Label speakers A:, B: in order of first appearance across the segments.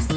A: す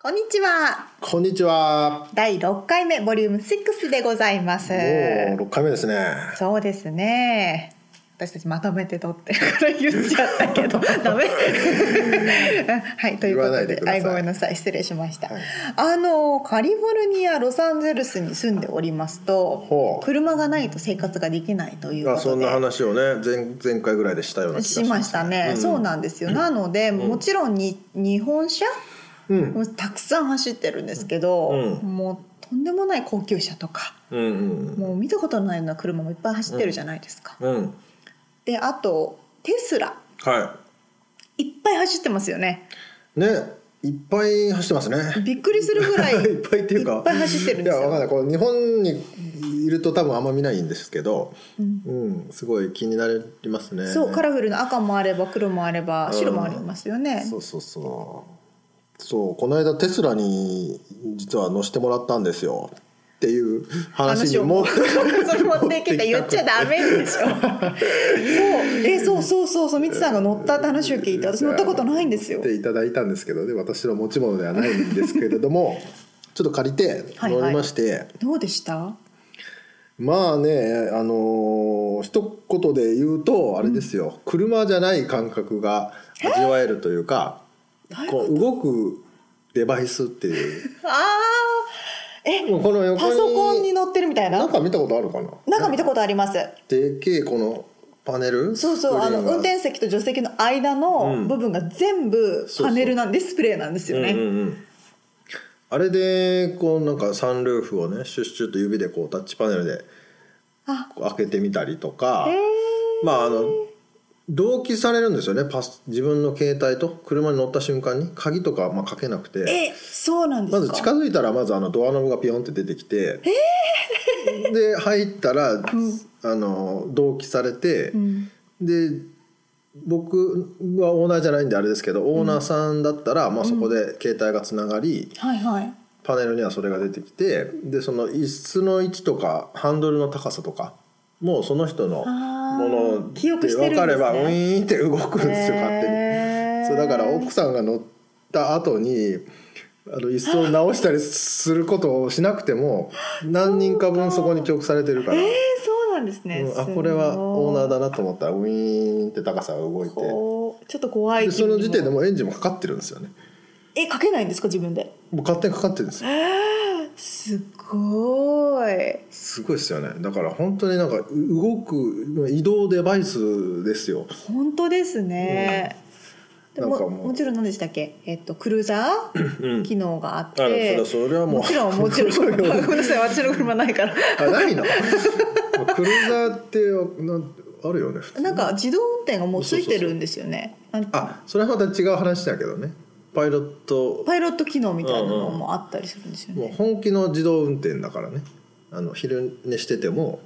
A: こんにちは
B: こんにちは。
A: 第6回目ボリューム6でございます
B: おお、六回目ですね。
A: そうですね私たちまとめて撮ってるから言っちゃった けどダメ はいというこ
B: 言わな
A: と
B: いで
A: で
B: くださ
A: はいいごめんなさい失礼しました、
B: はい
A: あのカリフォルニアロサンゼルスに住んでおりますと
B: ほう
A: 車がないと生活ができないという
B: あ、
A: こ
B: そ
A: と
B: んな
A: で
B: 話をね、前前回ぐらいでしたような気が
A: しましたね、
B: うん
A: そうなんですよ、なのでもちろんに日本車
B: うん、
A: もたくさん走ってるんですけど、
B: う
A: もうとんでもない高級車とか
B: うん、うん、
A: もう見たことのないような車もいっぱい走ってるじゃないですか、
B: うん、
A: であとテスラ
B: はい
A: っぱい走ってますよね
B: い。ね、いっぱい走ってますね。
A: びっくりするぐらい
B: いっぱいっていうか
A: っぱい走ってるん
B: い
A: で
B: や、
A: す
B: わか
A: よ
B: んない、こう日本にいると多分あんま見ないんですけど。うん、すごい気になりますね。
A: そうカラフルな赤もあれば黒もあれば
B: うん
A: 白もありますよね、
B: そうそうそう。そう、この間テスラに実は乗してもらったんですよ。っていう話
A: 話
B: に
A: を
B: も
A: も。 それ持ってきて言っちゃダメで しょそうえそうそうそうそうみつさんが乗ったって話を聞いて私乗ったことないんですよ
B: っていただいたんですけどね私の持ち物ではないんですけれ どもちょっと借りて
A: はいはい
B: 乗りまして、
A: どうでした
B: まあねあのー一言で言うとあれですよ、車じゃない感覚が味わえるというかこう動くデバイスっていう
A: あーえ
B: もうこの横に
A: パソコンに乗ってるみたい
B: な
A: なん
B: か見たことあるかな
A: なんか見たことあります
B: でけえこのパネル
A: そうそうあの運転席と助手席の間
B: う
A: の
B: ん
A: 部分が全部
B: そうそう
A: パネルなんディスプレイなんですよね。
B: うんうんうんあれでこうなんかサンルーフをねシュッシュッと指でこうタッチパネルで
A: あ
B: こう開けてみたりとか、
A: へー
B: まああの同期されるんですよねパス自分の携帯と車に乗った瞬間に鍵とかまあかけなくて
A: えそうなんですか
B: まず近づいたらまずあのドアノブがピヨンって出てきて、 で入ったら、あの同期されて、
A: うん
B: で僕はオーナーじゃないんであれですけどオーナーさんだったら、まあ、そこで携帯がつながり、
A: はいはい
B: パネルにはそれが出てきてでその椅子の位置とかハンドルの高さとかもうその人の
A: あ
B: も
A: ー
B: の
A: 記憶してるんです
B: 分
A: ね
B: かればウィーンって動くんですよ勝手
A: へ
B: に
A: ー
B: そうだから奥さんが乗った後にあの椅子を直したりすることをしなくても何人か分そこに記憶されてるから、
A: えー、そうなんですね、
B: うんあこれはオーナー
A: だ
B: だなと思ったらウィーンって高さが動いて
A: ちょっと怖い
B: でその時点で
A: も
B: もうエンジンもかかってるんですよね
A: えかけないんですか自分で
B: もう勝手にかかってるんですよ
A: すごい
B: すごいですよねだから本当になんかう動く移動デバイスですよ
A: 本当ですね、で
B: なん
A: も
B: か
A: も
B: もう
A: ちろん何でしたっけ、えっと、クルーザー
B: うん
A: 機能があっ
B: あ
A: て、
B: らそれはそれはもう
A: もちろんも ちろんごめんなさい私の車ないから
B: あな いのクルーザーってなんあるよね普通
A: なんか自動運転がもうついてるんですよねなん
B: あそれはまた違う話だけどねパイロット
A: パイロット機能みたいなのもあったりするんですよ
B: もう
A: ね、
B: 本気の自動運転だからねあの昼寝してても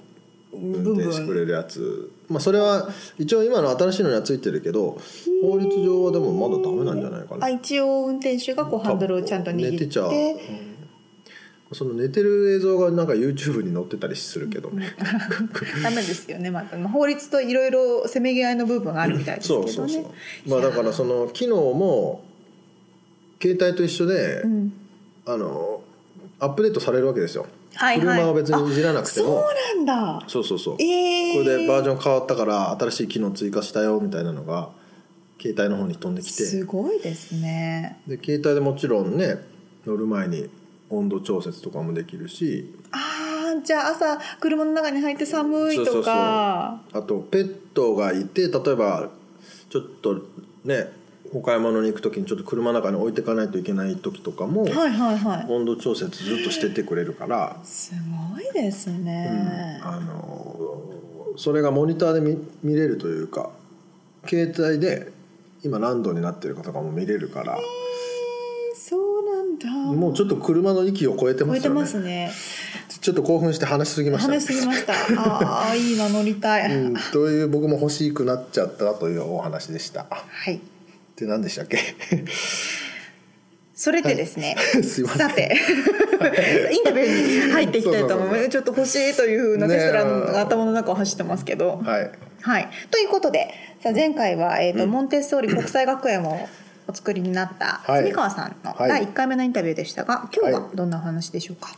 A: ブン
B: 運
A: ブ
B: 転してく
A: ン
B: れるやつまあそれは一応今の新しいのにはついてるけど法律上はでもまだダメなんじゃないかな
A: あ一応運転手がこうハンドルをちゃんと握
B: 寝てちゃう
A: って
B: その寝てる映像がなんか YouTube に載ってたりするけど、
A: ダメですよね、まあ、法律といろいろせめぎ合いの部分があるみたいですけど
B: そ
A: ね
B: うそうそうまあだからその機能も携帯と一緒で、
A: うん
B: あのアップデートされるわけですよ、
A: はいはい
B: 車を別にいじらなくても
A: そうなんだ
B: そうそうそう、
A: えー、
B: これでバージョン変わったから新しい機能追加したよみたいなのが携帯の方に飛んできて
A: すごいですね
B: で携帯でもちろんね乗る前に温度調節とかもできるし
A: あーんじゃあ朝車の中に入って寒い
B: そうそ
A: と
B: うそう
A: か
B: あとペットがいて例えばちょっとねお買い物に行く時にちょっと車の中に置いていかないといけない時とかも、
A: はいはいはい
B: 温度調節ずっとしててくれるから、
A: すごいですね、
B: あのそれがモニターで見見れるというか携帯で今何度になってるかとかも見れるから、
A: そうなんだ
B: もうちょっと車の域を超えて
A: 超
B: ま
A: え
B: す
A: て
B: よね
A: ますね
B: ちょっと興奮して話しすぎましたね
A: 話しすぎましたああいいな乗りたい、
B: うん、という僕も欲しくなっちゃったというお話でした。
A: はい
B: って何でしたっけ
A: それでですね、
B: すい ません
A: さてインタビューに入っていきたいと思いま
B: そうそうそ
A: す
B: う
A: ちょっと欲しいというふうな
B: ねえ
A: テスラの頭の中を走ってますけど、
B: はい
A: はい、ということでさあ前回は、えーとモンテッソーリ 国際学園をお作りになった
B: はい
A: 住川さんの
B: はい
A: 第1回目のインタビューでしたが今日ははいどんなお話でしょうか、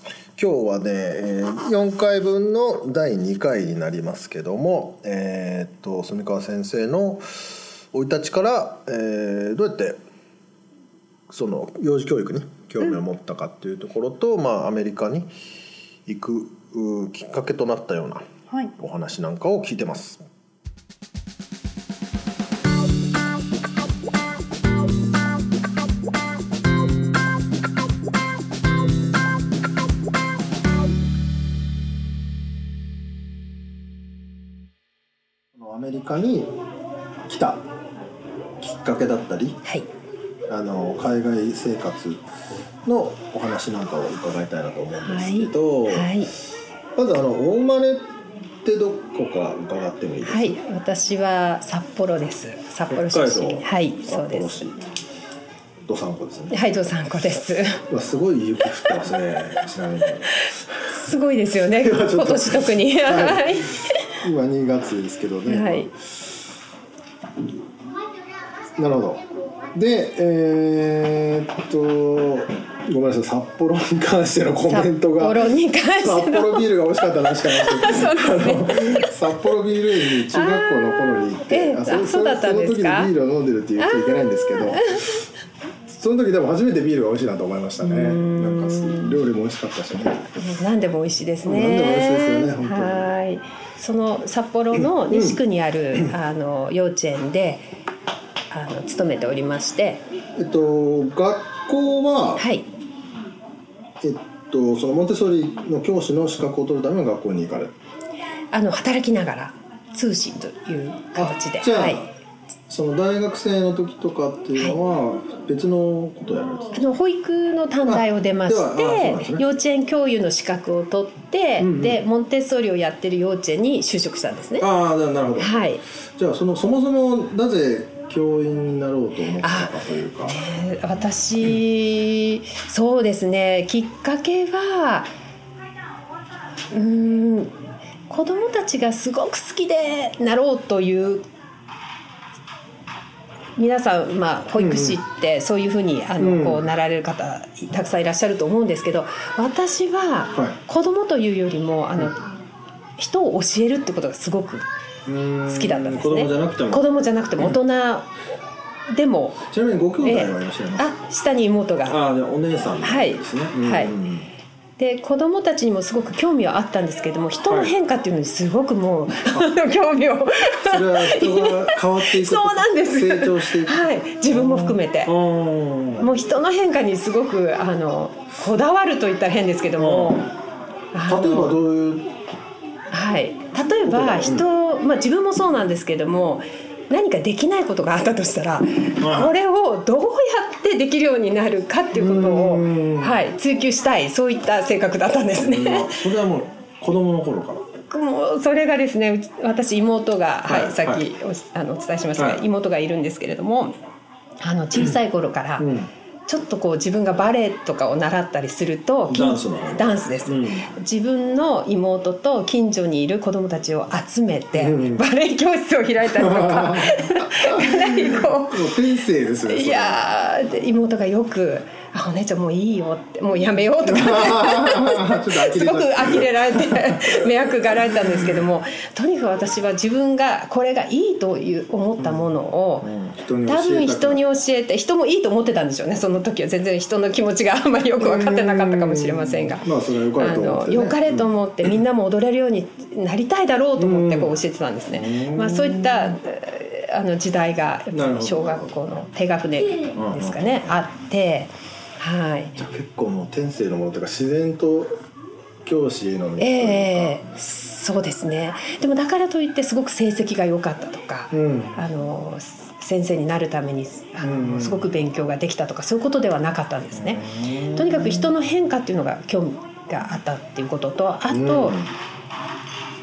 B: 今日はね、えー4回分の第2回になりますけどもえーっと住川先生の生い立ちから、えーどうやってその幼児教育に興味を持ったかっていうところと、まあ、アメリカに行くうーきっかけとなったような
A: はい、
B: お話なんかを聞いてます。アメリカに来たきっかけだったり
A: はい、
B: あの海外生活のお話なんかを伺いたいなと思うんですけど、
C: はい、
B: まずあのお生まれってどこか伺ってもいいですか。
C: はい、私は札幌です。札幌出
B: 北海
C: 身。
B: 道
C: はい、
B: 札
C: そうで
B: 幌
C: す
B: 市。どさんこですね。
C: はい、どうさんこです。
B: うわすごい雪降ってますね。ちなみに
C: すごいですよね。
B: やちょっと
C: 今年特に。
B: は
C: はいい。
B: 今2月ですけどね。
C: はい。
B: なるほど。で、えーっとごめんなさい札幌に関してのコメン
C: 札
B: トが。
C: 幌に関
B: 札
C: しての。
B: 幌ビールが美味しかったなしかないですけどあの札幌ビール園に中学校の頃に行って
C: あーええ
B: それ
C: あそうだったんです
B: その
C: か
B: 時にビールを飲んでるって言っちゃいけないんですけどその時でも初めてビールが美味しいなと思いましたねなんかす料理も美味しかったしね
C: 何でも美味しいですね。
B: 何でも美味しいですよね本当に
C: はい。その札幌の西区にある、あの幼稚園で。あの勤めておりまして。
B: えっと学校は、
C: はい。
B: えっとそのモンテッソーリの教師の資格を取るための学校に行かれる
C: あの働きながら。通信という形で。
B: じゃあ、
C: はい。
B: その大学生の時とかっていうのは別のことやられてた
C: あの保育の短大を出まし
B: あではあそう
C: て、
B: なんですね
C: 幼稚園教諭の資格を取って、
B: うんうん
C: でモンテッソーリをやってる幼稚園に就職したんですね。
B: ああなるほど
C: はい、
B: じゃあそのそもそもなぜ教員になろうと思ったかというか
C: えー私そうですねきっかけはうーん子供たちがすごく好きでなろうという皆さん、まあ、保育士ってそういうふうに、あ
B: うん
C: のこうなられる方たくさんいらっしゃると思うんですけど私
B: は
C: はい子供というよりもあの人を教えるってことがすごく好
B: 好
C: きだったんですね。
B: 子供じゃなくて
C: 子
B: も
C: 供じゃなくても大人でも、
B: ちなみにご兄弟はいらっしゃいますか、
C: あ下に妹が
B: ああじゃあお姉さんなんですね、
C: はい
B: うんうん
C: で子供たちにもすごく興味はあったんですけども人の変化っていうのにすごくも う、あの興味を
B: それは人が変わっていく
C: そうなんです
B: 成長していく
C: はい自分も含めて
B: も
C: もう人の変化にすごくあのこだわると言ったら変ですけどもあの
B: 例えばどういう
C: はい例えば人、まあ、自分もそうなんですけども何かできないことがあったとしたら、これをどうやってできるようになるかっていうこと
B: う
C: を、
B: ん
C: はい、追求したいそういった性格だったんですね。
B: まあそれはもう子供の頃から
C: もうそれがですねうち私妹が、はい
B: はい
C: さっきお,、あのお伝えしましたが、
B: はい
C: 妹がいるんですけれどもあの小さい頃から、
B: うん
C: ちょっとこう自分がバレエとかを習ったりすると
B: ダンスなの
C: ダンスです、
B: うん
C: 自分の妹と近所にいる子供たちを集めて、
B: うん
C: バレエ教室を開い たりとかかなりこう
B: もう天性ですねそれ
C: いやーで妹がよく「あお姉ちゃんもういいよ」って「もうやめよう」とか
B: ちょっと呆れ
C: す
B: ち
C: ごく
B: ゃった
C: 呆れられて 迷惑がられたんですけどもとにかく私は自分がこれがいいという思ったものを、
B: うん人に教えた
C: 多
B: くな
C: 分
B: い
C: 人に教えて人もいいと思ってたんでしょうねその時は全然人の気持ちがあんまりよく分かってなかったかもしれませんが。
B: まあそれはよかれ
C: あ
B: と思っ
C: の
B: て、ね、
C: 良かれと思ってみんなも踊れるようになりたいだろうと思ってこ
B: うん
C: う教えてたんです
B: う
C: ね
B: ん。
C: まあそういったえーあの時代が
B: なるほど
C: 小学校の低学年ですかねあって、はい。
B: じゃあ結構もう天性のものというか自然と教師への道というか、
C: ええそうですねでもだからといってすごく成績が良かったとか、
B: うん
C: あの先生になるためにあの、
B: うん
C: すごく勉強ができたとかそういうことではなかったんですね。とにかく人の変化っていうのが興味があったっていうこととあと、
B: うん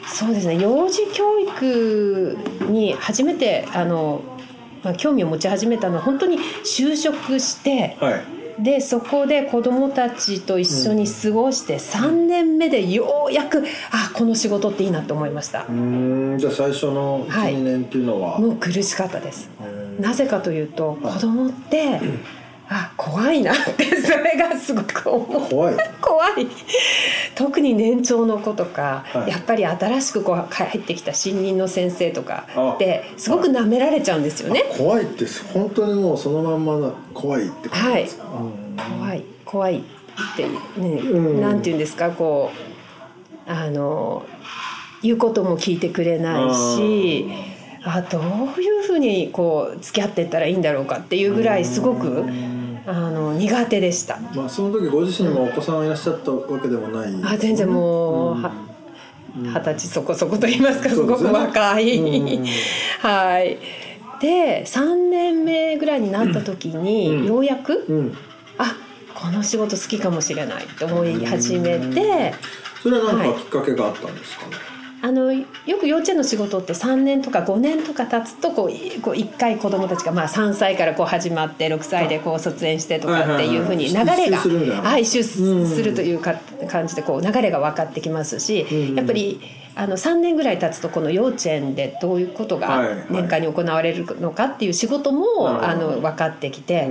C: そうですね幼児教育に初めてあの、まあ、興味を持ち始めたのは本当に就職して。
B: はい
C: でそこで子どもたちと一緒に過ごして3年目でようやくあこの仕事っていいなと思いました
B: うーんじゃあ最初の
C: はい
B: 12年っていうのは、
C: もう苦しかったです
B: うん
C: なぜかというと
B: はい
C: 子どもってあ怖いなって それがすごく思う
B: 怖い
C: 怖い特に年長の子とか、
B: はい
C: やっぱり新しくこう入ってきた新任の先生とかって
B: あ
C: すごく舐められちゃうんですよね
B: 怖いって本当にもうそのまんまな怖いって感じですか、うん
C: 怖い怖いって、ね
B: うん
C: なんて言うんですかこうあの言うことも聞いてくれないしあどういうふうにこう付き合ってったらいいんだろうかっていうぐらいすごくあの苦手でした。
B: まあ、その時ご自身もお子さんいらっしゃったわけでもない、
C: あ全然もうは
B: うん
C: 二十歳そこそこと言いますかすごく若い。
B: うん
C: はいで3年目ぐらいになった時に、
B: うん
C: ようやく、
B: うん、
C: あこの仕事好きかもしれないって思い始めて
B: それは何
C: は
B: か
C: い
B: きっかけがあったんですかね、
C: あのよく幼稚園の仕事って3年とか5年とか経つとこういこう1回子どもたちが、まあ、3歳からこう始まって6歳でこう卒園してとかっていうふうに流
B: はいはいはい
C: れが
B: 一周するみたいな
C: はい一周
B: うん
C: するというか感じでこう流れが分かってきます
B: う
C: し
B: ん
C: やっぱりあの3年ぐらい経つとこの幼稚園でどういうこと
B: はいは
C: が
B: い
C: 年間に行われるのかっていう仕事も
B: な
C: あ
B: るほど
C: の分かってきて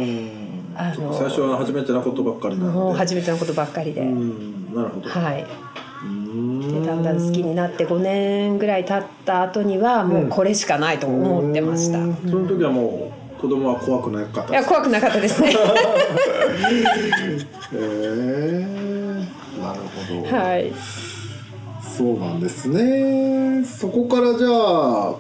C: あの
B: 最初は初めてなことばっかりなんで
C: もう初めてのことばっかりで。
B: うんなるほど、
C: はい、
B: で
C: でだんだん好きになって5年ぐらい経った後にはもうこれしかないと思ってました、
B: うんその時はもう子供は怖くなかった
C: いや怖くなかったです ね
B: へーなるほど、
C: はい
B: そうなんですねそこからじゃあ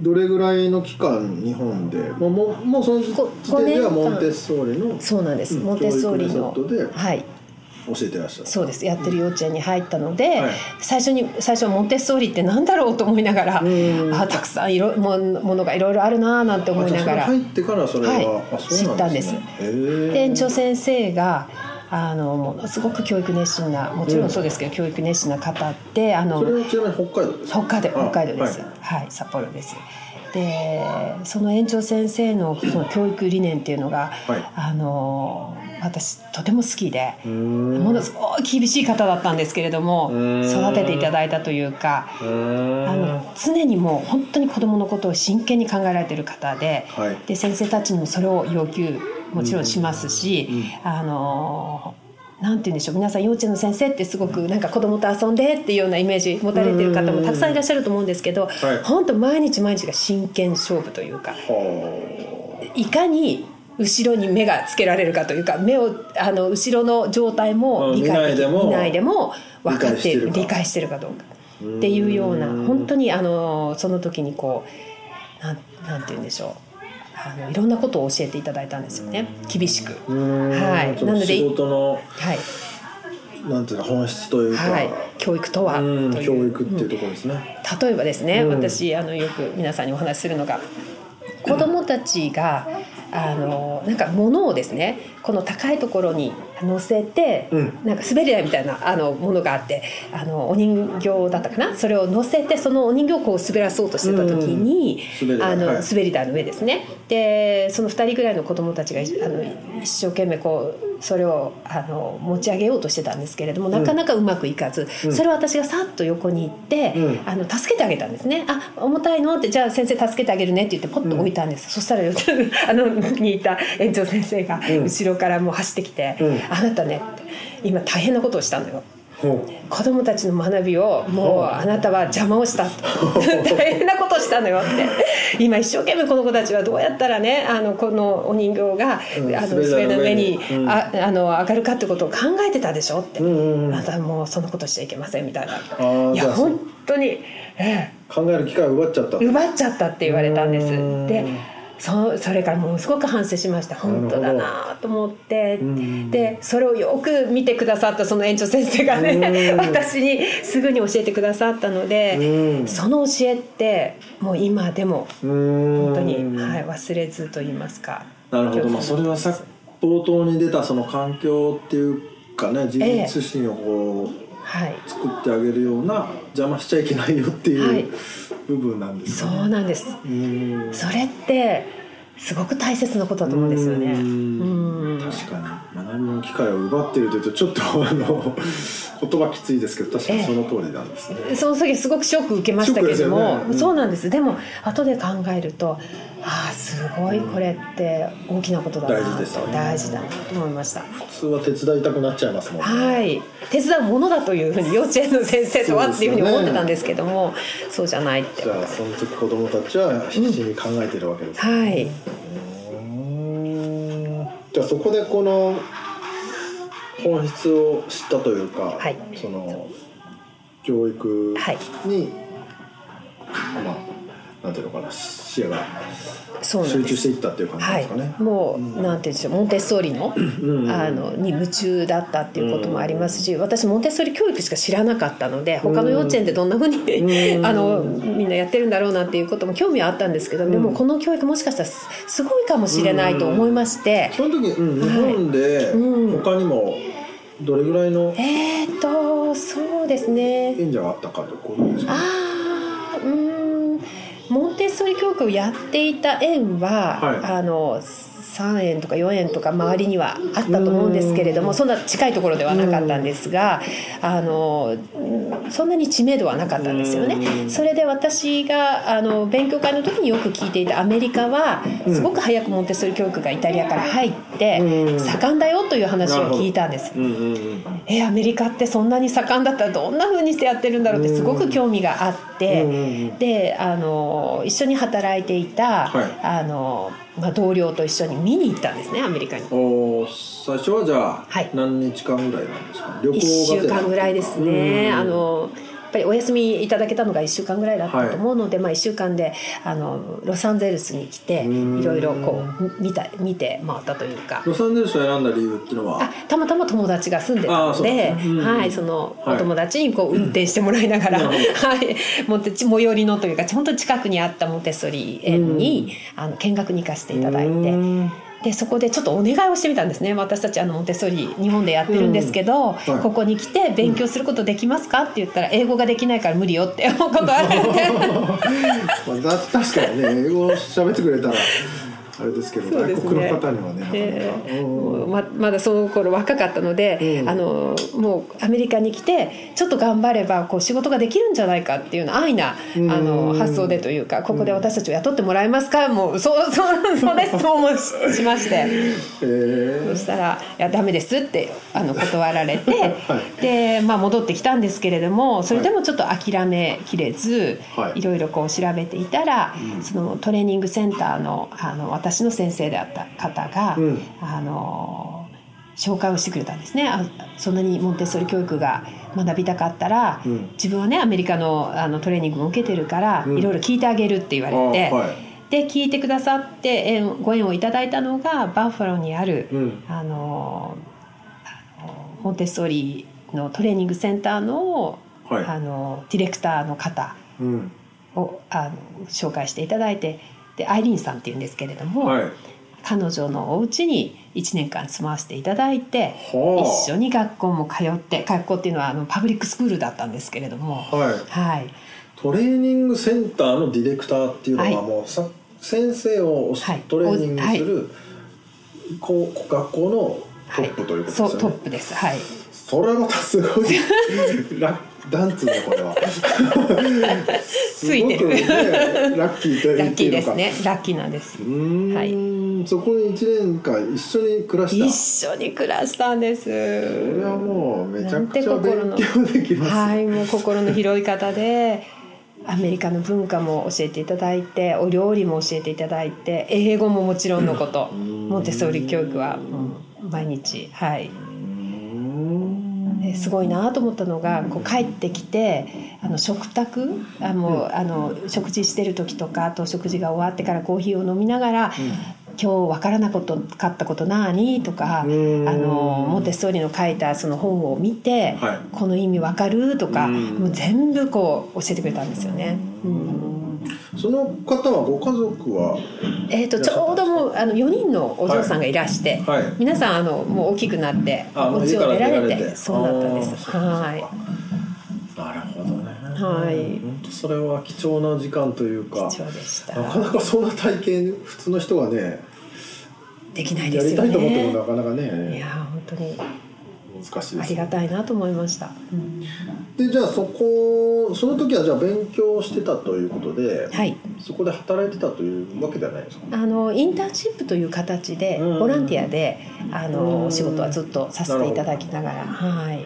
B: どれぐらいの期間日本でもうもうもうその時
C: ご
B: 点では
C: ご年
B: モ
C: 間
B: ンテッソーリの
C: そうなんです、
B: うん
C: モンテッソーリの
B: 教育メソッドで
C: はい
B: 教えてらっしゃる
C: そうですやってる幼稚園に入ったので、
B: はい
C: 最初に最初はモンテッソーリってなんだろうと思いながら、
B: うん
C: あたくさんいろもものがいろいろあるなあなんて思いなが
B: あじゃ
C: ら
B: あそれ入ってからそれは、
C: はい
B: あそうなんです、ね、
C: 知
B: へー
C: で園長先生があのものすごく教育熱心なもちろんそうですけど、教育熱心な方ってあの
B: それはちなみに北海道ですか
C: 北海道
B: あ
C: 北海道です
B: は
C: はい、札幌ですでその園長先生のその教育理念っていうのが、
B: はい
C: あの私とても好きで、
B: うーん
C: ものすごい厳しい方だったんですけれども
B: うん
C: 育てていただいたというか
B: うーん
C: あの常にもう本当に子どものことを真剣に考えられてる方で,、
B: はい
C: で先生たちにもそれを要求もちろんしますし、
B: う
C: あのなんて言うんでしょう皆さん幼稚園の先生ってすごくなんか子供と遊んでっていうようなイメージ持たれてる方もたくさんいらっしゃると思うんですけど、
B: はい
C: 本当毎日毎日が真剣勝負というか
B: はい
C: かに後ろに目がつけられるかというか目をあの後ろの状態も
B: うん
C: 理解で
B: 見ないで
C: き
B: も
C: 見ないでも分かっている
B: 理
C: 理
B: 解
C: 解してるかどうかっていうような
B: うん
C: 本当にあのその時にこうなんなんて言うんでしょうあのいろんなことを教えていただいたんですよね厳しく。
B: あうーん
C: はい
B: その
C: なので
B: 仕事の
C: はい
B: なんていうの本質というか、
C: はい、教育とは
B: うん
C: という
B: 教育っていうところですね、
C: 例えばですね、
B: うん
C: 私あのよく皆さんにお話しするのが子どもたちがあのなんか物をですねこの高いところに乗せて、
D: うん
C: なんか滑り台みたいなあのものがあってあのお人形だったかなそれを乗せてそのお人形をこう滑らそうとしてた時に、
D: うんうん滑り台
C: あの
D: はい
C: 滑り台の上ですねでその2人ぐらいの子供たちがあの一生懸命こうそれをあの持ち上げようとしてたんですけれどもなかなかうまくいかず、
D: うん
C: それを私がさっと横に行って、
D: うん
C: あの助けてあげたんですね「あ重たいの?」って「じゃあ先生助けてあげるね」って言ってポッと置いたんです、そしたら あのにいた園長先生が
D: うん
C: 後ろからもう走ってきて「
D: うん
C: あなたね今大変なことをしたのよ」
D: ほ
C: 子供たちの学びをもうあなたは邪魔 をしたと大変なことをしたのよって今一生懸命この子たちはどうやったらねあのこのお人形が、
D: うん
C: あ
D: 滑
C: の
D: り
C: 机
D: 台
C: の
D: の
C: 上
D: 上
C: に
D: に
C: ああの上がるかってことを考えてたでしょって、
D: ううんうんう
C: あ
D: ん
C: なたもうそんなことしちゃいけませんみたいな
D: ー
C: い
D: じ
C: や
D: ゃあそう
C: 本当に、え
D: 考える機会を奪っちゃった
C: え、奪っちゃったって言われたんです
D: うん
C: でそそれからものすごく反省しました本当だなと思って
D: うん
C: でそれをよく見てくださったその園長先生がね
D: うん
C: 私にすぐに教えてくださったので
D: うん
C: その教えってもう今でも
D: 本
C: 本当に、はい、忘れずと言いますか
B: なるほど、まあ、それはさ冒頭に出たその環境っていうかね自
C: ええ
B: 立心をこう
C: はい
B: 作ってあげるような邪魔しちゃいけないよっていう、
C: はい
B: 部分なんです
C: そ
B: ね。
C: うなんです
B: うん
C: それってすごく大切なことだと思うんですよね
B: うん
C: うん
B: 確かに学びの機会を奪っているというとちょっとあの言葉きついですけど確かにその通りなんですね。
C: その時すごくショック受けましたけれど
B: ショック
C: も、
B: ですよねうん
C: そうなんですでも後で考えるとああすごいこれって大きなことだなと
B: 大事ですよね
C: 大事だなと思いました
B: 普通は手伝いたくなっちゃいますもんね。
C: はい手伝うものだというふうに幼稚園の先生とはっていうふうに
B: そうですよね
C: 思ってたんですけどもそうじゃないって
B: じゃあその時子供たちは必死に考えてるわけですね。
C: はい、
B: うんじゃあそこでこの本質を知ったというか、
C: はい
B: その教育
C: はい、
B: に、まあなんていうのかな視野が
C: そうなん
B: 集
C: で
B: 中して
C: す
B: いったっていう感じ
C: は
B: で
C: い
B: すかね。、
C: もう、なんて言うんでしょうモンテッソーリの
B: うんうん
C: あのに夢中だったっていうこともありますし私モンテッソーリ教育しか知らなかったので他の幼稚園でどんなふうに あのみんなやってるんだろうなっていうことも興味はあったんですけどでもこの教育もしかしたらすすごいかもしれないと思いまして
B: その時、うん、日本で
C: うん
B: 他にもどれぐらいの
C: えー、とそうですね
B: 演者があったかということですか、ね。
C: あーうーんモンテッソーリ教育をやっていた園は、
B: はい
C: あの3園とか4園とか周りにはあったと思うんですけれどもそんな近いところではなかったんですがあのうんそんなに知名度はなかったんですよね。それで私があの勉強会の時によく聞いていたアメリカはすごく早くモンテッソーリ教育がイタリアから入って
B: うん
C: 盛んだよという話を聞いたんです。
B: うんうんうん。
C: えアメリカってそんなに盛んだったらどんな風にしてやってるんだろうってすごく興味があって、
B: うんうんうん
C: であの一緒に働いていた、
B: はい
C: あのまあ、同僚と一緒に見に行ったんですねアメリカに。
B: おー最初はじゃあ
C: はい
B: 何日間ぐらいなんですか、旅行
C: 1
B: が
C: 週間ぐらいですね。
B: うん
C: あのやっぱりお休みいただけたのが1週間ぐらいだったと思うので、まあ、1週間であのロサンゼルスに来て
B: うん
C: いろいろこう見た見て回ったというか
B: ロサンゼルスを選んだ理由っていうの
C: あ
B: は
C: たまたま友達が住んでた
B: あ
C: の
B: そう
C: で
B: なんですねうん
C: はい、その
B: はい
C: お友達にこう運転してもらいながら、
B: なるほ
C: はい、もって最寄りのというか本当に近くにあったモンテッソリ園に、あの見学に行かせていただいて、
B: うん
C: でそこでちょっとお願いをしてみたんですね私たちあのモンテッソリ日本でやってるんですけど、
B: はい
C: ここに来て勉強することできますかって言ったら英語ができないから無理よってお断られて
B: まあ、だ確かにね英語を喋ってくれたらあれですけど
C: そうですね
B: 外国の方にはねなかなか、
C: で
B: うん
C: もうままだその頃若かったので、
B: うん
C: あのもうアメリカに来てちょっと頑張ればこう仕事ができるんじゃないかっていうの安易なあ
B: ん
C: の発想でというかここで私たちを雇ってもらえますかもうそうそうそうですそうもししまして。
B: え
C: そしたら「いやダメです」ってあの断られて、
B: は
C: で、まあ、戻ってきたんですけれどもそれでもちょっと諦めきれず、
B: はい
C: いろいろこう調べていたら、そのトレーニングセンターのあの私の先生であった方が、
B: うん
C: あの紹介をしてくれたんですねあそんなにモンテッソーリ教育が学びたかったら、
B: うん
C: 自分はねアメリカのあのトレーニングも受けてるから、
B: ん
C: いろいろ聞いてあげるって言わ
B: ー、
C: れて。
B: あはい
C: で聞いてくださって縁ご縁をいただいたのがバッファローにある、
B: うん
C: あのあのモンテッソーリのトレーニングセンターの,、
B: はい
C: あのディレクターの方
B: うん
C: をあの紹介していただいてでアイリーンさんっていうんですけれども、
B: はい
C: 彼女のお家に1年間住まわせていただいて
B: はあ
C: 一緒に学校も通って学校っていうのはあのパブリックスクールだったんですけれども
B: はい
C: はい
B: トレーニングセンターのディレクターっていうの
C: はい
B: はもうさ、先生を
C: はい
B: トレーニングする、こう学校のト
C: はい
B: ップということです
C: そ
B: よ
C: う
B: ね、
C: トップですはい
B: それはまたすご いラなんつうのこれは
C: ついてる
B: すごくね、ラッキーと
C: ラ
B: 言
C: ッ
B: って
C: キ
B: いいの
C: ーで
B: か
C: すねラッキーなんです
B: うーん、そこに1年間一緒に暮ら
C: 一
B: した
C: 緒に暮らしたんです
B: それはもうめちゃくちゃ
C: なんて心
B: 勉
C: の
B: 強できます、
C: はい、もう心の広い方でアメリカの文化も教えていただいてお料理も教えていただいて英語ももちろんのことモンテッソーリ教育は、うん毎日はいう
B: ーん
C: ですごいなと思ったのがこう帰ってきてあの食卓あもうあの食事してる時とかあと食事が終わってからコーヒーを飲みながら「今日わからなかったことなに?」とかあの
B: うん
C: モンテッソーリの書いたその本を見て
B: はい
C: 「この意味わかる?」とか
B: うん
C: もう全部こう教えてくれたんですよね。うん
B: その方はご家族は
C: えー、とちょうどもうあの4人のお嬢さんがいらして、
B: はい
C: 皆さんあのもう大きくなって
B: あ
C: お
B: もう
C: 家
B: 家
C: を
B: から
C: 出られて
B: 出られて
C: そうだったんです。
B: あー
C: はい
B: なるほどね
C: はい
B: 本当それは貴重な時間というか
C: 貴重でした
B: なかなかそんな体験普通の人がね
C: できないで
B: や
C: す
B: り
C: よ
B: たいと思って
C: ね
B: もなかなか
C: いや
B: ね
C: ー本当に
B: 難しいで
C: あ
B: す
C: りがたいなと思いました、うん
B: でじゃあそこその時はじゃあ勉強してたということで、
C: はい
B: そこで働いてたというわけではないですか
C: あのインターンシップという形で
B: うん
C: ボランティアであ
B: うん
C: のお仕事はずっとさせていただきながらはい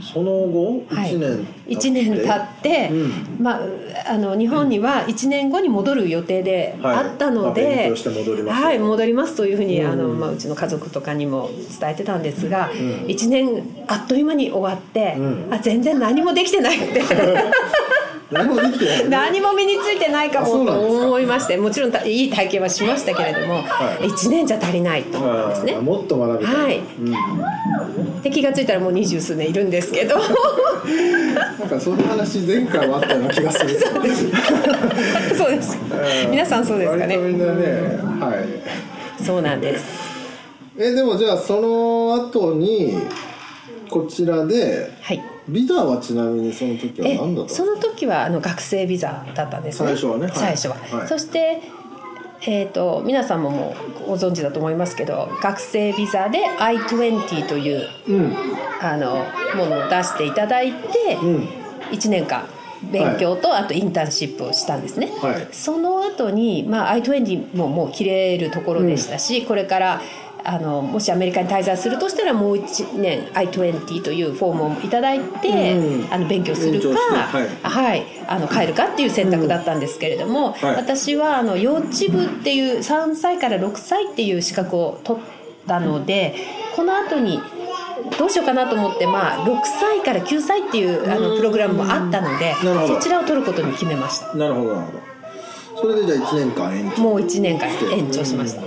B: その後
C: はい
B: 1年経って
C: 1年経って、
B: うん
C: まああの日本には1年後に戻る予定で
B: はい
C: あったので、
B: まあ勉強して戻りますよ
C: はい戻りますというふうに、
B: うん
C: あのまあ、うちの家族とかにも伝えてたんですが、
B: ん
C: 一1年あっという間に終わって、
B: うん
C: あ全然何もできてないって
B: 何もできてない
C: 何も身についてないか
B: あそ
C: も
B: うなん
C: と
B: ですか
C: 思いましてもちろんたいい体験はしましたけれども、
B: はい
C: 1年じゃ足りないと思ったんですね
B: あー。もっと学びたい、
C: はい
B: うん、な
C: で気がついたらもう二十数年いるんですけど
B: んかその話前回はあったような気がする そうです
C: そうです皆さんそうですか
B: 割
C: ね
B: とみんなね、はい
C: そうなんです
B: えでもじゃあその後にこちらで
C: はい
B: ビザはちなみにその時は
C: え
B: 何だった
C: そ
B: の
C: の時はあの学生ビザだったんですね
B: 最初はねはい
C: 最初は、
B: はい
C: そしてえー、と皆さんももうご存知だと思いますけど学生ビザで I20 という
B: うん
C: あのものを出していただいて、
B: うん
C: 1年間勉強と、あとインターンシップをしたんですね、
B: はい
C: その後にまあ、I20 ももう切れるところでしたし、これからあのもしアメリカに滞在するとしたらもう1年 I20 というフォームをいただいて、
B: うん
C: あの勉強するか、
B: 勉強しては
C: はいいあの帰るかっていう選択だったんですけれども、
B: はい
C: 私はあの幼稚部っていう3歳から6歳っていう資格を取ったのでこの後にどうしようかなと思って、まあ、6歳から9歳っていうあのプログラムもあったので
B: なるほど
C: そちらを取ることに決めました
B: なるほどなるほどそれでじゃあ1年間延長
C: もう1年間延長しました、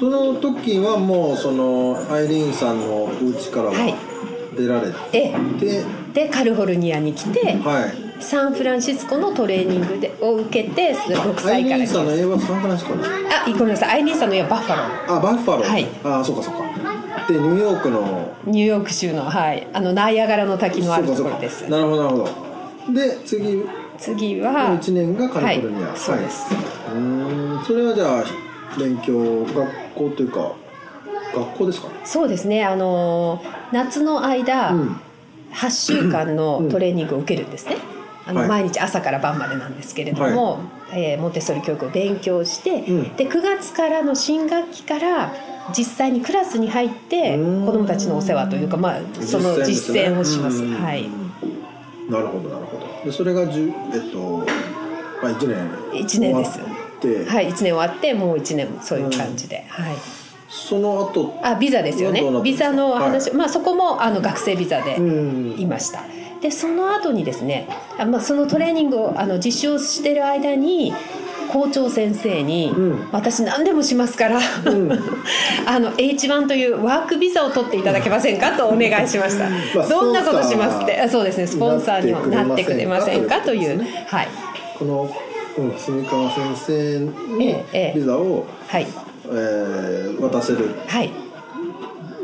B: その時はもうそのアイリーンさんのお家から
C: はい
B: は出られて、
C: え
B: で
C: えでカリフォルニアに来て
B: はい
C: サンフランシスコのトレーニングでを受けて6
B: アイ
C: 歳
B: リ
C: か
B: ー
C: ら
B: ンさんの
C: 9歳
B: 英語はサンフランシスコだ
C: あごめんなさいアイリーンさんの家はバッファロー
B: あバッファロー、
C: はい
B: あそうかそうかでニューヨークの
C: ニューヨーク州の,、はい、あのナイアガラの滝のある
B: そうか
C: と
B: そ
C: こ
B: う
C: ろ
B: か
C: です
B: なるほどなるほどで次の
C: 次は
B: 1年がカリフォルニア、
C: はい、そうです、
B: うーんそれはじゃあ勉強学校というか学校ですか
C: そうですねあのー夏の間、
B: うん
C: 8週間のトレーニングを受けるんですね。あの
B: はい
C: 毎日朝から晩までなんですけれども、えーモンテッソーリ教育を勉強して、
B: うん
C: で9月からの新学期から実際にクラスに入っ
B: う
C: て子
B: ん
C: どもたちのお世話というか、まあ、その
B: です
C: 実
B: ね
C: 践をします。
B: うん
C: はい、
B: なるほどなるほどでそれがじゅえっと、まあ、1年
C: 一年です
B: 終わって、
C: はい、1年終わってもう1年そういう感じで、はい、
B: その後
C: あビザですよね
B: どうなってるんです
C: ビ
B: か
C: ザの話、
B: は
C: まあ、そこもあの学生ビザで
B: うん
C: いました。でその後にですね、あまあ、そのトレーニングをあの実習をしてる間に校長先生に、
B: うん
C: 私何でもしますから、
B: ん
C: あの H1 というワークビザを取っていただけませんかとお願いしました、
B: まあ
C: どんなことしますって
B: スポンサー
C: あそうですねスポンサーにも
B: な
C: なっ
B: ってて
C: く
B: く
C: れ
B: れ
C: ま
B: ま
C: せ
B: せ
C: ん
B: ん
C: か
B: か
C: という
B: ということです
C: はい
B: このうん、住川先生
C: え
B: に
C: えええ
B: ビザを、
C: はい
B: えー渡せる
C: はい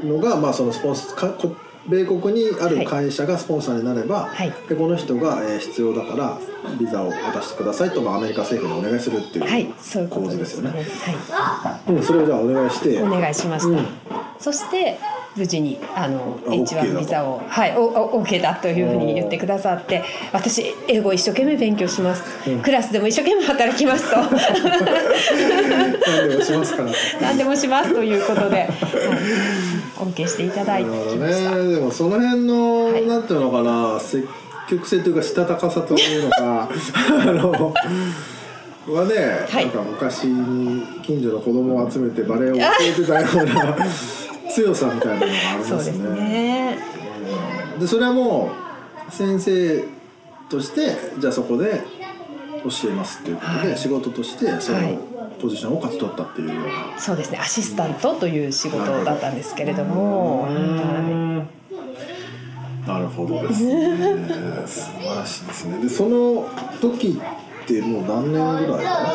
B: のが、まあ、そのスポンサーかこ米国にある会社がスポンサーになれば、
C: はい
B: でこの人が、えー必要だからビザを渡してくださいと、まあ、アメリカ政府にお願いするって
C: はいいうそういうこ
B: 構
C: と
B: 図
C: で
B: です
C: す
B: よ
C: ね
B: ね。うん、それをじゃあお願いして
C: はいお願いしました、
B: うん
C: そして無事にあの
B: あ OK だ
C: H1
B: と
C: ビザを、はい、おお OK だというふうに言ってくださって私英語一生懸命勉強します、クラスでも一生懸命働 きますと
B: 何でもしますから。
C: 何でもしますということで、はい、OK していただ
B: ないる
C: て
B: ほ
C: き
B: ど
C: ました。
B: ね。でもその辺の、
C: はい
B: なんていうのかな、積極性というかしたたかさというの か、あの。はね、
C: はい
B: なんか昔に近所の子供を集めてバレエを教えてたような 強さみたいなのがあり
C: そう
B: ます
C: です
B: ね。
C: ね。
B: でそれはもう先生としてじゃあそこで教えますっていうことで、
C: はい
B: 仕事としてそ
C: はい
B: のポジションを勝ち取ったっていうような。
C: そうですね。アシスタントという仕事だったんですけれども、は
B: なるほどですね。素晴らしいですね。で、その時ってもう何年ぐらいかな。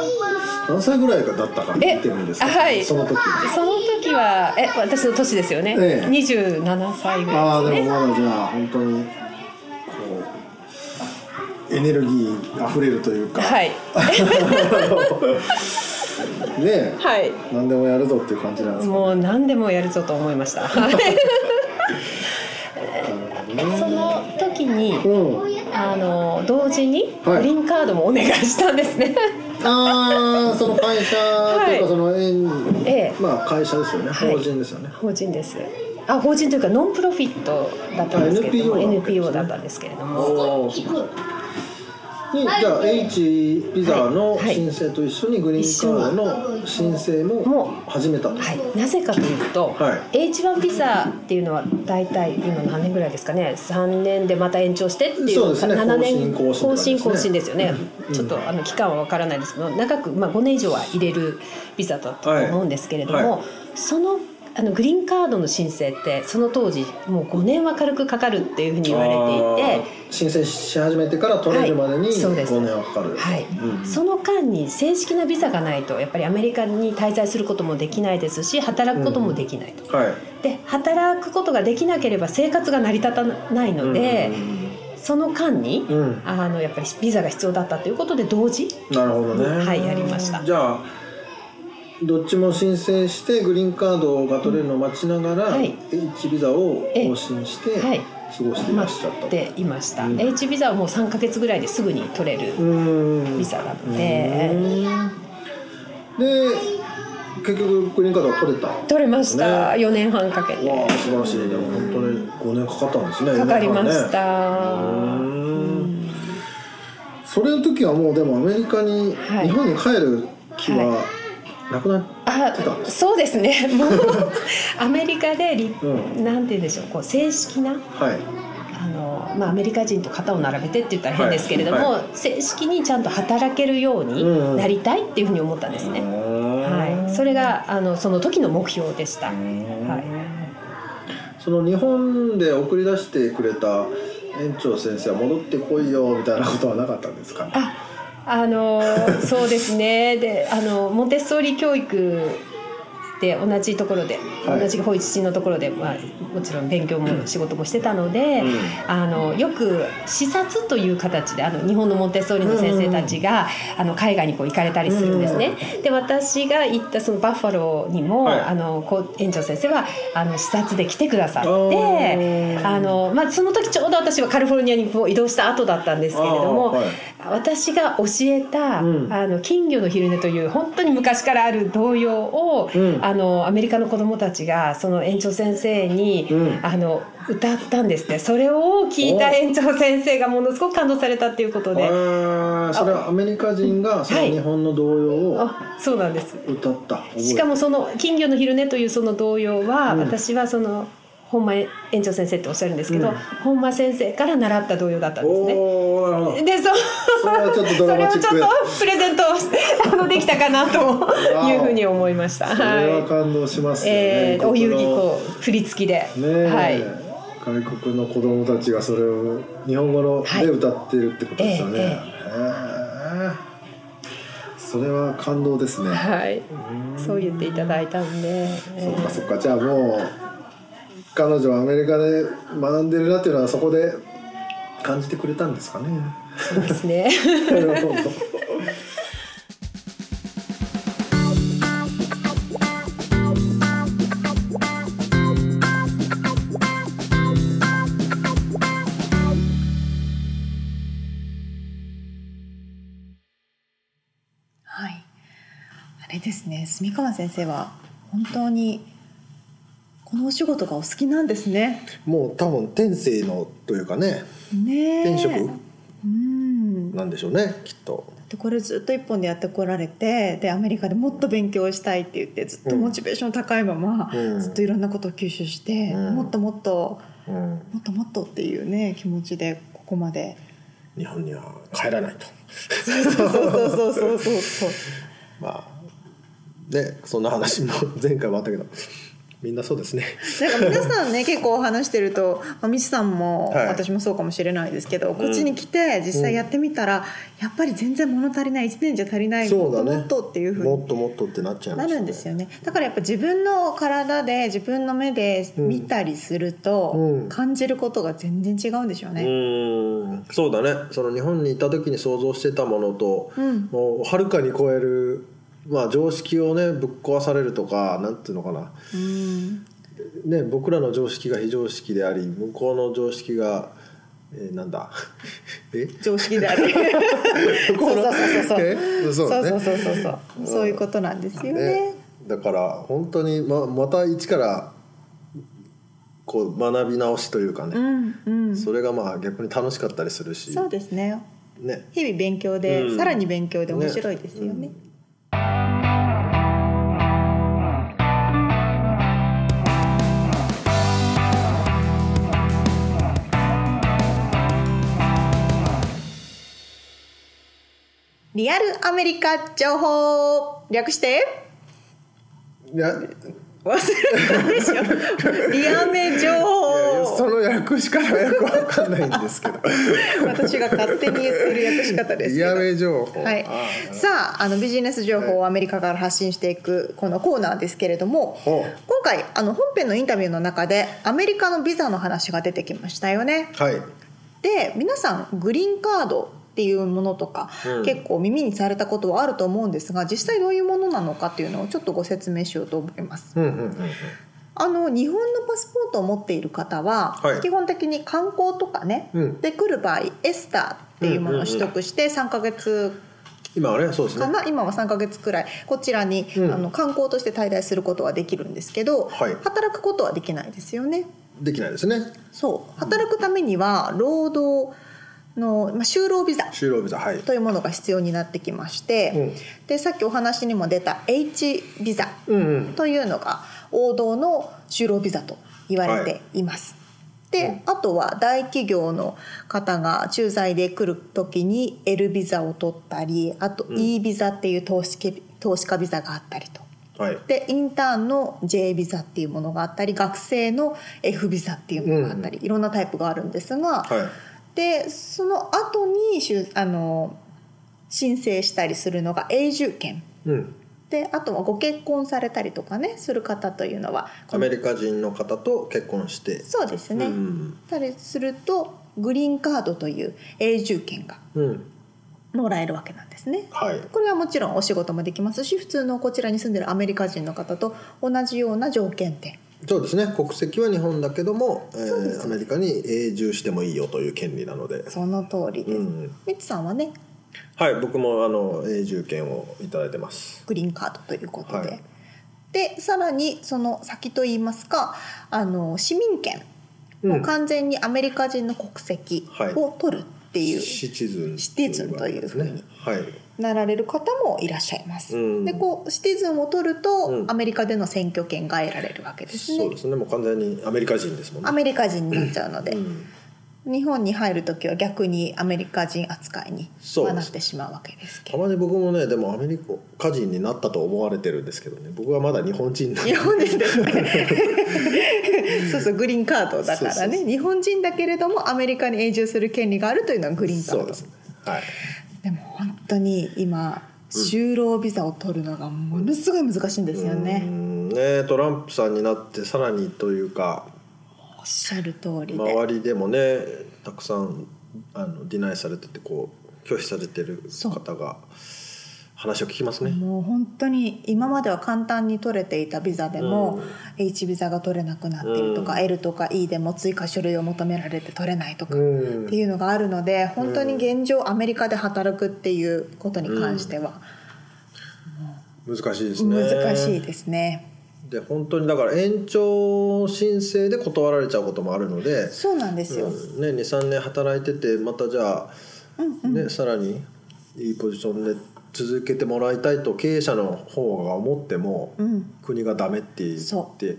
B: 何歳ぐらいかだったか見
C: え
B: てるんですか。
C: あはい
B: その時。
C: い。その時はえ私の年ですよね
B: え。え
C: 二十七歳ぐ
B: あ
C: ら
B: あ、
C: い
B: で
C: です
B: も
C: ね。
B: まだじゃあ本当にこうエネルギー溢れるというか。
C: はい。
B: ねえ。
C: はい。
B: 何でもやるぞっていう感じなんですか。
C: もう何でもやるぞと思いました。はい その時に。
B: うん。
C: あの同時に
B: はい
C: グリーンカードもお願いしたんですね。
B: ああ、その会社というかその縁、
C: ええ
B: まあ会社ですよね。
C: はい
B: 法人ですよね。
C: 法人です。あ法人というかノンプロフィットだったんですけれども
B: あ
C: NPO
B: NPO
C: だったんですけれども。
B: おーにじゃあ H ビザの
C: はい
B: 申請と一緒にグリーンカードの申請
C: も
B: も始めたと、
C: はい、なぜかというと、
B: は
C: H1 ビザっていうのは大体今何年ぐらいですかね3年でまた延長してってい
B: そううですね
C: 7年
B: 更新
C: 更
B: 更新
C: 新
B: とかですね
C: 更新ですよね、ちょっとあの期間は分からないですけど長く、まあ、5年以上は入れるビザだったと思うんですけれども、
B: はいはい
C: そのあのグリーンカードの申請ってその当時もう5年は軽くかかるっていうふうに言われていて。
B: 申請し始めてから取れるまでに
C: はいそう
B: 5
C: です
B: 年はかかる、
C: はい
B: うん
C: その間に正式なビザがないとやっぱりアメリカに滞在することもできないですし働くこともできないと、
B: はい
C: で働くことができなければ生活が成り立たないので、その間に、
B: うん
C: あのやっぱりビザが必要だったということで同時
B: なるほどね
C: はいやりました
B: じゃあどっちも申請してグリーンカードが取れるのを待ちながら、
C: はい
B: H ビザを
C: ええ
B: 更新して
C: はい
B: 過ごしていらっし
C: 待
B: ゃった、
C: っていました、
B: うん
C: H ビザはもう3ヶ月ぐらいですぐに取れる
B: うん
C: ビザなので、
B: で結局グリーンカードは取れた
C: 取れました、
B: ね
C: 四4年半かけて
B: わあ素晴らしいでも本当に5年かかったんですね
C: かかりま
B: 四
C: し
B: 年半ね
C: た、
B: うんそれの時はもうでもアメリカに、
C: はい
B: 日本に帰る気はなくなっ
C: あ
B: てたんです
C: そうですね もうアメリカで立、
B: うん
C: なんて言うんでしょうこう正式な
B: か、はい
C: あのまあ、アメリカ人と肩を並べてって言ったら変ですけれども、
B: はいは
C: 正式にちゃんと働けるよう
B: うんう
C: に
B: ん
C: なりたいっていうふうに思ったんですね、はい、それがあのその時の目標でした、は
B: その日本で送り出してくれた園長先生は戻ってこいよみたいなことはなかったんですかね
C: あい、あのそうですねであのモンテッソーリ教育で同じところで、
B: はい
C: 同じ保育士のところで、まあ、もちろん勉強も仕事もしてたので、
B: うん
C: あのよく視察という形であの日本のモンテッソーリの先生たちが、あの海外にこう行かれたりするんですね。で私が行ったそのバッファローにも、
B: はい
C: あのこう園長先生はあの視察で来てくださっ
B: あ
C: て
B: ー
C: あの、まあ、その時ちょうど私はカリフォルニアにこう移動した後だったんですけれども、
B: あーはい
C: 私が教えた「
B: うん
C: あの金魚の昼寝」という本当に昔からある童謡を、
B: うん
C: あのアメリカの子どもたちがその園長先生に、
B: うん
C: あの歌ったんですねそれを聞いた
B: お
C: 園長先生がものすごく感動されたっていうことで
B: あーそれはアメリカ人がその日本の童謡を
C: あそうなんです
B: 歌った覚えてる
C: しかもその「金魚の昼寝」というその童謡は、
B: うん
C: 私はその本間園長先生っておっしゃるんですけど、
B: うん
C: 本間先生から習った童謡だったんですね。
B: おおなるほど
C: でそう
B: それはちょっとドラマチック
C: それをちょっとプレゼントしてあのできたかなと
B: わお
C: いうふうに思いました。
B: それは
C: は
B: 感動しま
C: い。
B: すよね、
C: えー、お遊戯
B: こ
C: こう振り付きで、
B: ねえ、
C: はい。
B: 外国の子供たちがそれを日本語の
C: はい
B: で歌ってるってことですよね、
C: ええ
B: へえ
E: それは感動ですね、
C: はい、そう言っていただいたんで、
E: そっかそっかじゃあもう彼女はアメリカで学んでるなっていうのはそこで感じてくれたんですかね
C: そうですね。
E: なるほど
A: はい。あれですね、住川先生は本当にこのお仕事がお好きなんですね。
B: もう多分天性のというかね
A: ねえ。
B: 天職
A: うん。だ
B: なんでしょうねきっと
A: ってこれずっと一本でやってこられて、でアメリカでもっと勉強したいって言ってずっとモチベーション高いまま、
B: うん
A: ずっといろんなことを吸収して、
B: うん
A: もっともっと
B: うん
A: もっともっとっていうね気持ちでここまで。
B: 日本には帰らないと
A: そうそうそうそうそうそう。
B: まあねそんな話も 前回もあったけどみんなそうですね
A: なんか皆さんね結構話してると、まあ、みちさんも、
B: はい
A: 私もそうかもしれないですけど、こっちに来て実際やってみたら、やっぱり全然物足りない1年じゃ足りない
B: そ
A: も
B: う
A: っ
B: だ
A: と
B: ね
A: もっとっていうふう
B: も
A: に
B: っともっとってなっちゃいま
A: な
B: す
A: るんですよねだからやっぱ自分の体で自分の目で見たりすると、
B: うん
A: 感じることが全然違うんでしょう
B: う
A: ね。
B: ーんそうだねその日本にいた時に想像してたものと、
A: うん
B: もうはるかに超える、まあ、常識をねぶっ壊されるとかなんていうのかな、
A: うん
B: ね、僕らの常識が非常識であり向こうの常識が、えーなんだ え
A: 常識である
B: 向 こうの
A: そうそうそうそう
B: え
A: そ
B: そうう
A: そ
B: だ
A: う
B: ね
A: そうそうそうそういうことなんですよね。
B: だから本当にままた一からこう学び直しというか
A: う
B: ね、
A: んうん、
B: それがまあ逆に楽しかったりするし
A: そうですね
B: ね
A: 日々勉強で、
B: うん
A: さらに勉強で面白いですよね。リアルアメリカ情報略して
B: いやい
A: 忘れたでし ょリアメ情
B: や
A: 報
B: その訳しからよくわかんないんですけど
A: 私が勝手に言ってる訳し方ですけ
B: リ
A: ど
B: アメ情報、
A: はい
B: あ、
A: さああのビジネス情報をアメリカから発信していくこのコーナーですけれども、
B: ほう
A: 今回あの本編のインタビューの中でアメリカのビザの話が出てきましたよね。
B: ーはい
A: で皆さんグリーンカードっていうものとか、
B: うん
A: 結構耳にされたことはあると思うんですが実際どういうものなのかっていうのをちょっとご説明しようと思います。
B: うんうんうんうん
A: あの日本のパスポートを持っている方は、
B: はい
A: 基本的に観光とかね、
B: うん
A: で来る場合エスターっていうものを取得して3ヶ月
B: 今はねそうですね
A: かな今は3ヶ月くらいこちらに、
B: うん
A: あの観光として滞在することはできるんですけど、
B: はい
A: 働くことはできないですよね。
B: できないですね
A: そう働くためには労働の、まあ、就労ビザ
B: 就労ビザはい
A: というものが必要になってきまして、でさっきお話にも出た H ビザ
B: うんうん
A: というのが王道の就労ビザと言われています。で、あとは大企業の方が駐在で来る時に L ビザを取ったりあと E ビザっていう投資家投資家ビザがあったりと。
B: はい
A: でインターンの J ビザっていうものがあったり学生の F ビザっていうものがあったり、いろんなタイプがあるんですが、
B: はい
A: でその後にしゅあの申請したりするのが永住権
B: うん
A: であとはご結婚されたりとかねする方というのは
B: アメリカ人の方と結婚して
A: そうですね、
B: うん
A: たりするとグリーンカードという永住権が
B: うんうん
A: もらえるわけなんですね。
B: はい
A: これはもちろんお仕事もできますし普通のこちらに住んでるアメリカ人の方と同じような条件で
B: そうですね国籍は日本だけども、え
A: そうです
B: ーアメリカに永住してもいいよという権利なので
A: その通りです。
B: うん
A: みつさんはね
B: はい僕もあの永住権をいただいてます
A: グリーンカードということで、
B: はい
A: でさらにその先といいますかあの市民権もう完全にアメリカ人の国籍を取るっていう、
B: シチズン
A: シティズンというふうに
B: はい
A: なられる方もいらっしゃいます。
B: うん
A: でこうシティズンを取ると、
B: うん
A: アメリカでの選挙権が得られるわけです
B: そう
A: ね
B: で。すねもう完全にアメリカ人ですもん
A: ア
B: ね
A: メリカ人になっちゃうので、
B: うん
A: 日本に入る時は逆にアメリカ人扱いに
B: そうです
A: なってしまうわけですけ
B: た
A: ど。
B: まに僕もねでもアメリカ人になったと思われてるんですけどね僕はまだ日本人なんで
A: 日本人ですね そうそうグリーンカードだからね
B: そうそうそ
A: 日本人だけれどもアメリカに永住する権利があるというのがグリーンカー
B: そ
A: ド
B: うですねはい
A: でも本当に今就労ビザを取るのがものすごい難しいんですよ
B: う
A: ね。
B: んねトランプさんになってさらにというか
A: おっしゃる通りで。
B: 周りでもねたくさんあのディナイされててこう拒否されてる方が話を聞きますね。
A: もう本当に今までは簡単に取れていたビザでも H ビザが取れなくなってるとか
B: うん
A: L とか E でも追加書類を求められて取れないとか
B: うん
A: っていうのがあるので本当に現状アメリカで働くっていうことに関しては
B: 難しいですね。
A: 難しいですね。
B: で本当にだから延長申請で断られちゃうこともあるので、
A: そうなんですよ、
B: うんね、23年働いててまたじゃあ、ね、さらにいいポジションで続けてもらいたいと経営者の方が思っても、
A: うん
B: 国がダメって言
A: そ
B: って、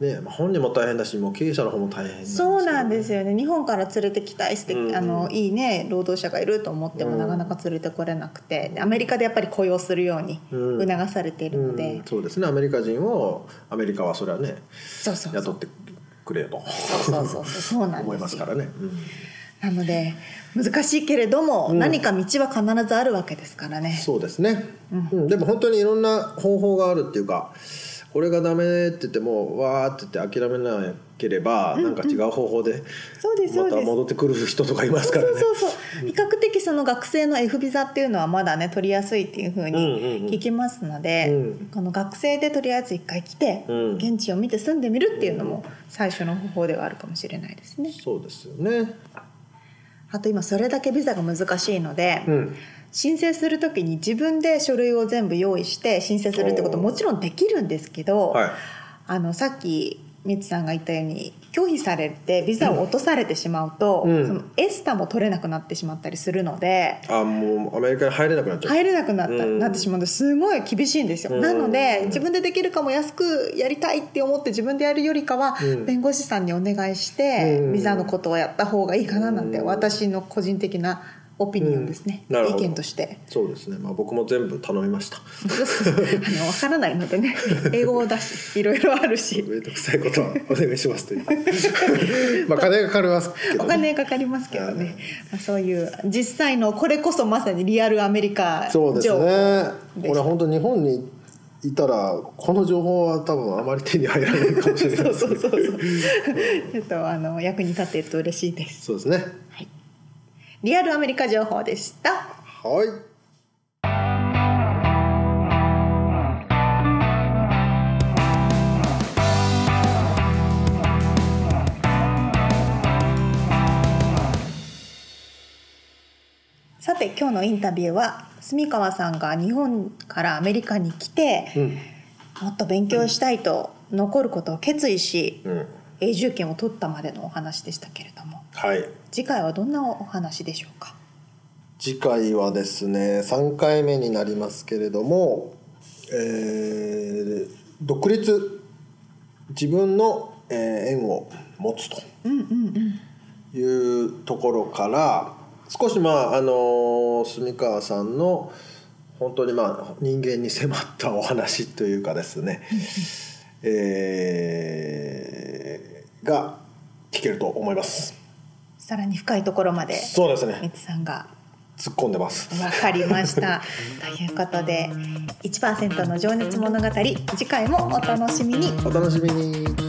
B: ね、まあ本人も大変だしもう経営者の方も大変なんですけど
A: そうなんですよね日本から連れてきたい素敵、
B: うん
A: あのいいね労働者がいると思ってもなかなか連れてこれなくて、アメリカでやっぱり雇用するように
B: うん
A: 促されているので、
B: うんそうですねアメリカ人をアメリカはそれはね
A: そうそうそ
B: 雇
A: う
B: ってくれよと
A: そうそうそうそうなん
B: 思い
A: で
B: ますす
A: よ
B: からね。うん
A: なので難しいけれども、何か道は必ずあるわけですからね
B: そうですね、うん、でも本当にいろんな方法があるっていうかこれがダメって言ってもわーって言って諦めなければ、なんか違う方法で
A: そうですそ
B: ま
A: う
B: た
A: です
B: 戻ってくる人とかいます
A: そ
B: か
A: う
B: らね。
A: そうそう比較的その学生の F ビザっていうのはまだね取りやすいっていうふう
B: うんうんうん
A: に聞きますので、
B: うん
A: この学生でとりあえず一回来て、
B: うん
A: 現地を見て住んでみるっていうのも最初の方法ではあるかもしれないですね。
B: そうですよね。
A: あと今それだけビザが難しいので、
B: うん、
A: 申請するときに自分で書類を全部用意して申請するってことももちろんできるんですけど、
B: はい。
A: あのさっきみつさんが言ったように拒否されてビザを落とされてしまうと、
B: うん
A: そのエスタも取れなくなってしまったりするので。
B: あ、もうアメリカに入れなくなっちゃう。
A: 入れなくなった、
B: うん
A: なってしまうのですごい厳しいんですよ、
B: うん
A: なので自分でできるかも安くやりたいって思って自分でやるよりかは、
B: うん
A: 弁護士さんにお願いして、
B: うん
A: ビザのことをやった方がいいかななんて、
B: うん
A: 私の個人的なオピニオンですね、
B: うんなるほ
A: 意
B: ど
A: 見として。
B: そうですね。まあ僕も全部頼みました。
A: あのわからないのでね英語だしいろいろあるし
B: めんどくさいことはお願いしますという。 まあ金がかかりますけど、
A: お
B: ね。
A: 金かかりますけどね、まあそういう実際のこれこそまさにリアルアメリカ情
B: そ
A: 報
B: うですね。
A: でした
B: 俺本当日本にいたらこの情報は多分あまり手に入らないかもしれな
A: そ
B: いで
A: う
B: す
A: そ
B: ね
A: うそうそうちょっとあの役に立っていると嬉しいです
B: そうですね。
A: リアルアメリカ情報でした
B: はい。
A: さて今日のインタビューは住川さんが日本からアメリカに来て、
B: うん。
A: もっと勉強したいと残ることを決意し、
B: うん。
A: 永住権を取ったまでのお話でしたけれども
B: はい。
A: 次回はどんなお話でしょうか
B: 次回はですね3回目になりますけれども、えー独立自分の、えー縁を持つというところから少しまああのー住川さんの本当にまあ人間に迫ったお話というかですね、 えーが聞けると思います。
A: さらに深いところまで
B: そうです
A: み
B: ね
A: つさんが
B: 突っ込んでます。
A: わかりました。ということで、1%の情熱物語、次回もお楽しみに。
B: お楽しみに